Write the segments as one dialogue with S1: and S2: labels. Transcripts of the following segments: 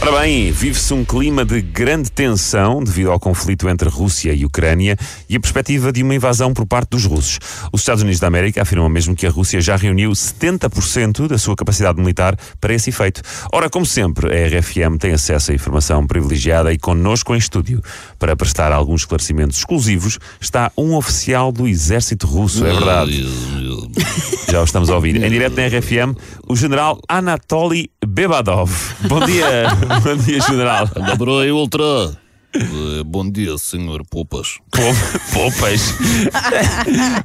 S1: Ora bem, vive-se um clima de grande tensão devido ao conflito entre Rússia e Ucrânia e a perspectiva de uma invasão por parte dos russos. Os Estados Unidos da América afirmam mesmo que a Rússia já reuniu 70% da sua capacidade militar para esse efeito. Ora, como sempre, a RFM tem acesso a informação privilegiada e connosco em estúdio para prestar alguns esclarecimentos exclusivos está um oficial do exército russo, é verdade. Já o estamos a ouvir. Em direto na RFM, o general Anatoly Bebadov. Bom dia, bom dia, general.
S2: Доброе утро. Э, Bom dia, senhor Popas.
S1: Pom- Poupas.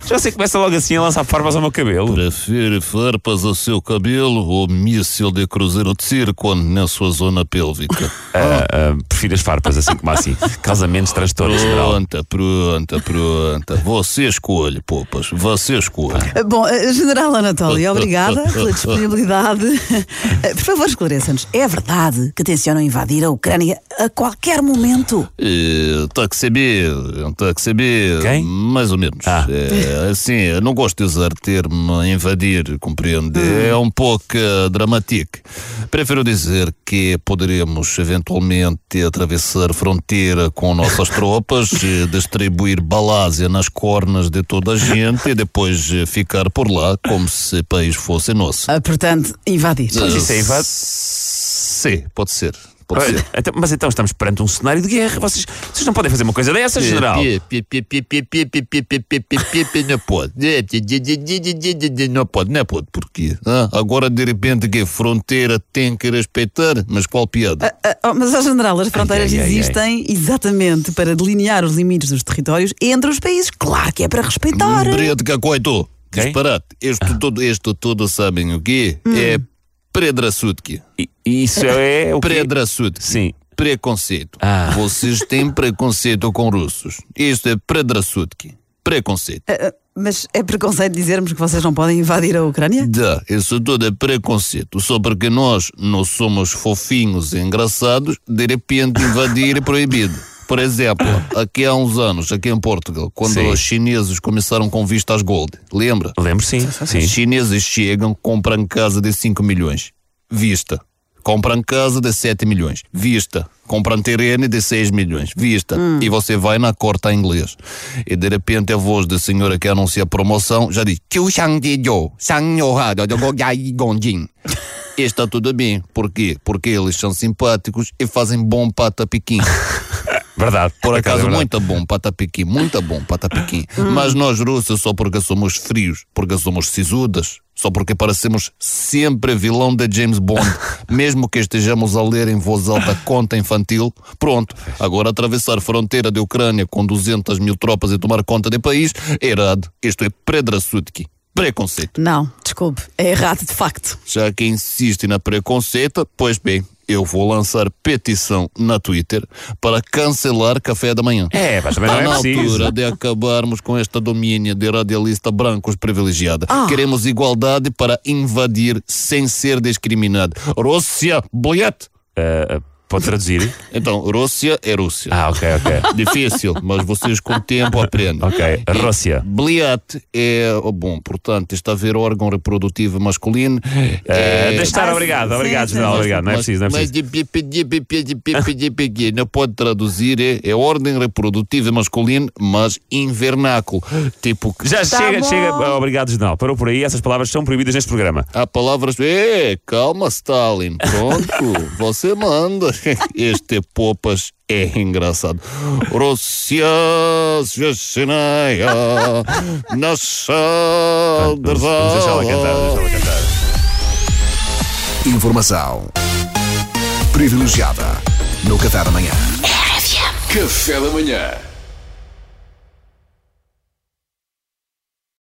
S1: Já sei que começa logo assim a lançar farpas ao meu cabelo.
S2: Prefere farpas a seu cabelo ou míssil de cruzeiro Circon na sua zona pélvica?
S1: Ah, ah, prefiro as farpas, assim como assim. Casamentos, transtornos, general.
S2: Pronta, pronta, pronta. Você escolhe, Popas. Você escolhe.
S3: Bom, eh, General Anatoly, obrigada pela disponibilidade. Eh, Por favor, esclareça-nos. É verdade que tencionam invadir a Ucrânia a qualquer momento?
S2: Eh, Tá que saber, tá que saber.
S1: Quem?
S2: Mais ou menos.
S1: Ah.
S2: É, assim, eu não gosto de usar termo invadir, compreende?
S1: Hum.
S2: É um pouco eh, dramático. Prefiro dizer que poderemos eventualmente atravessar fronteira com nossas tropas, eh, distribuir balásia nas cornas de toda a gente e depois eh, ficar por lá como se o país fosse nosso.
S3: Ah, Portanto, invadir.
S1: Mas isso é invasão.
S2: Sim, pode ser. Pode ser.
S1: Olha, então- mas então estamos perante um cenário de guerra. Vocês, vocês não podem fazer uma coisa dessas, general.
S2: Não pode. Não pode, não pode. Porquê? Ah, Agora de repente que a fronteira tem que respeitar, mas qual piada?
S3: Ah, oh, mas, ó, General, as fronteiras
S1: ai, ai, ai.
S3: existem exatamente para delinear os limites dos territórios entre os países. Claro que é para respeitar.
S1: Hum,
S2: Brede Cacoito,
S1: Quem? Ah.
S2: disparate. Isto tudo, isto tudo sabem o quê? É predrasudki.
S1: E- Isso é o quê?
S2: Predrasudki.
S1: Sim.
S2: Preconceito.
S1: Ah.
S2: Vocês têm preconceito com russos. Isto é predrasudki. Preconceito.
S3: Ah, ah, Mas é preconceito dizermos que vocês não podem invadir a
S1: Hum.
S3: Ucrânia?
S2: Dá, isso tudo é preconceito. Só porque nós não somos fofinhos e engraçados, de repente invadir é proibido. Por exemplo, aqui há uns anos, aqui em Portugal, quando
S1: Sim.
S2: os chineses começaram com vistas gold, lembra?
S1: Lembro, sim.
S2: Os
S1: sim.
S2: chineses chegam, compram casa de 5 milhões, vista. Compram casa de 7 milhões, vista. Compram terreno de 6 milhões, vista. E você vai na corta em inglês. E de repente a voz da senhora que anuncia a promoção já diz: "Qiu shang di jiu, shang you ha da da go gai gong jing." Está tudo bem. Por quê? Porque eles são simpáticos e fazem bom pata piquim.
S1: Verdade.
S2: Por acaso,
S1: é verdade. Hum.
S2: muito bom patapiquim, muito bom patapiquim. Mas nós russos só porque somos frios, porque somos sisudas, só porque parecemos sempre vilão de James Bond, mesmo que estejamos a ler em voz alta conta infantil. Pronto, agora atravessar fronteira de Ucrânia com 200 mil tropas e tomar conta de país, é errado. Isto é predrasudki, preconceito.
S3: Não, desculpe, é errado de facto.
S2: Já que insiste na preconceita, pois bem, eu vou lançar petição na Twitter para cancelar café da manhã.
S1: É, mas também não é
S2: Está Tá na altura
S1: preciso.
S2: de acabarmos com esta domínio de radialista brancos privilegiada.
S3: Ah.
S2: Queremos igualdade para invadir sem ser discriminado. Rússia, boiat!
S1: Ah, ah, pode traduzir?
S2: Então, Rússia é Rússia.
S1: Ah, ok, ok.
S2: Difícil, mas vocês com o tempo aprendem.
S1: Ok, Rússia.
S2: Bliat é, oh, bom, portanto, está a ver órgão reprodutivo masculino.
S1: Ah,
S2: É-
S1: deixa estar,
S3: Ah,
S1: obrigado,
S3: sim,
S1: obrigado,
S3: sim,
S1: general,
S3: sim.
S1: obrigado. Não é
S2: Mas-
S1: preciso, não é
S2: mas
S1: preciso.
S2: de pi- pi- pi- pi- pi- pi- pi- pi- pi- pi- Não pode traduzir, é, é ordem reprodutiva masculina, mas invernáculo. Tipo, que-
S1: Já
S3: Tá
S1: chega,
S3: bom.
S1: chega. Ah, Obrigado, general. Parou por aí, essas palavras são proibidas neste programa.
S2: há palavras. É, calma, Stalin, pronto, você manda. Este Popas é engraçado. Rússia, Chechenia, Nasha,
S1: Vamos, vamos deixá-la cantar, vamos deixá-la cantar.
S4: Informação privilegiada no Qatar amanhã.
S5: Café da manhã.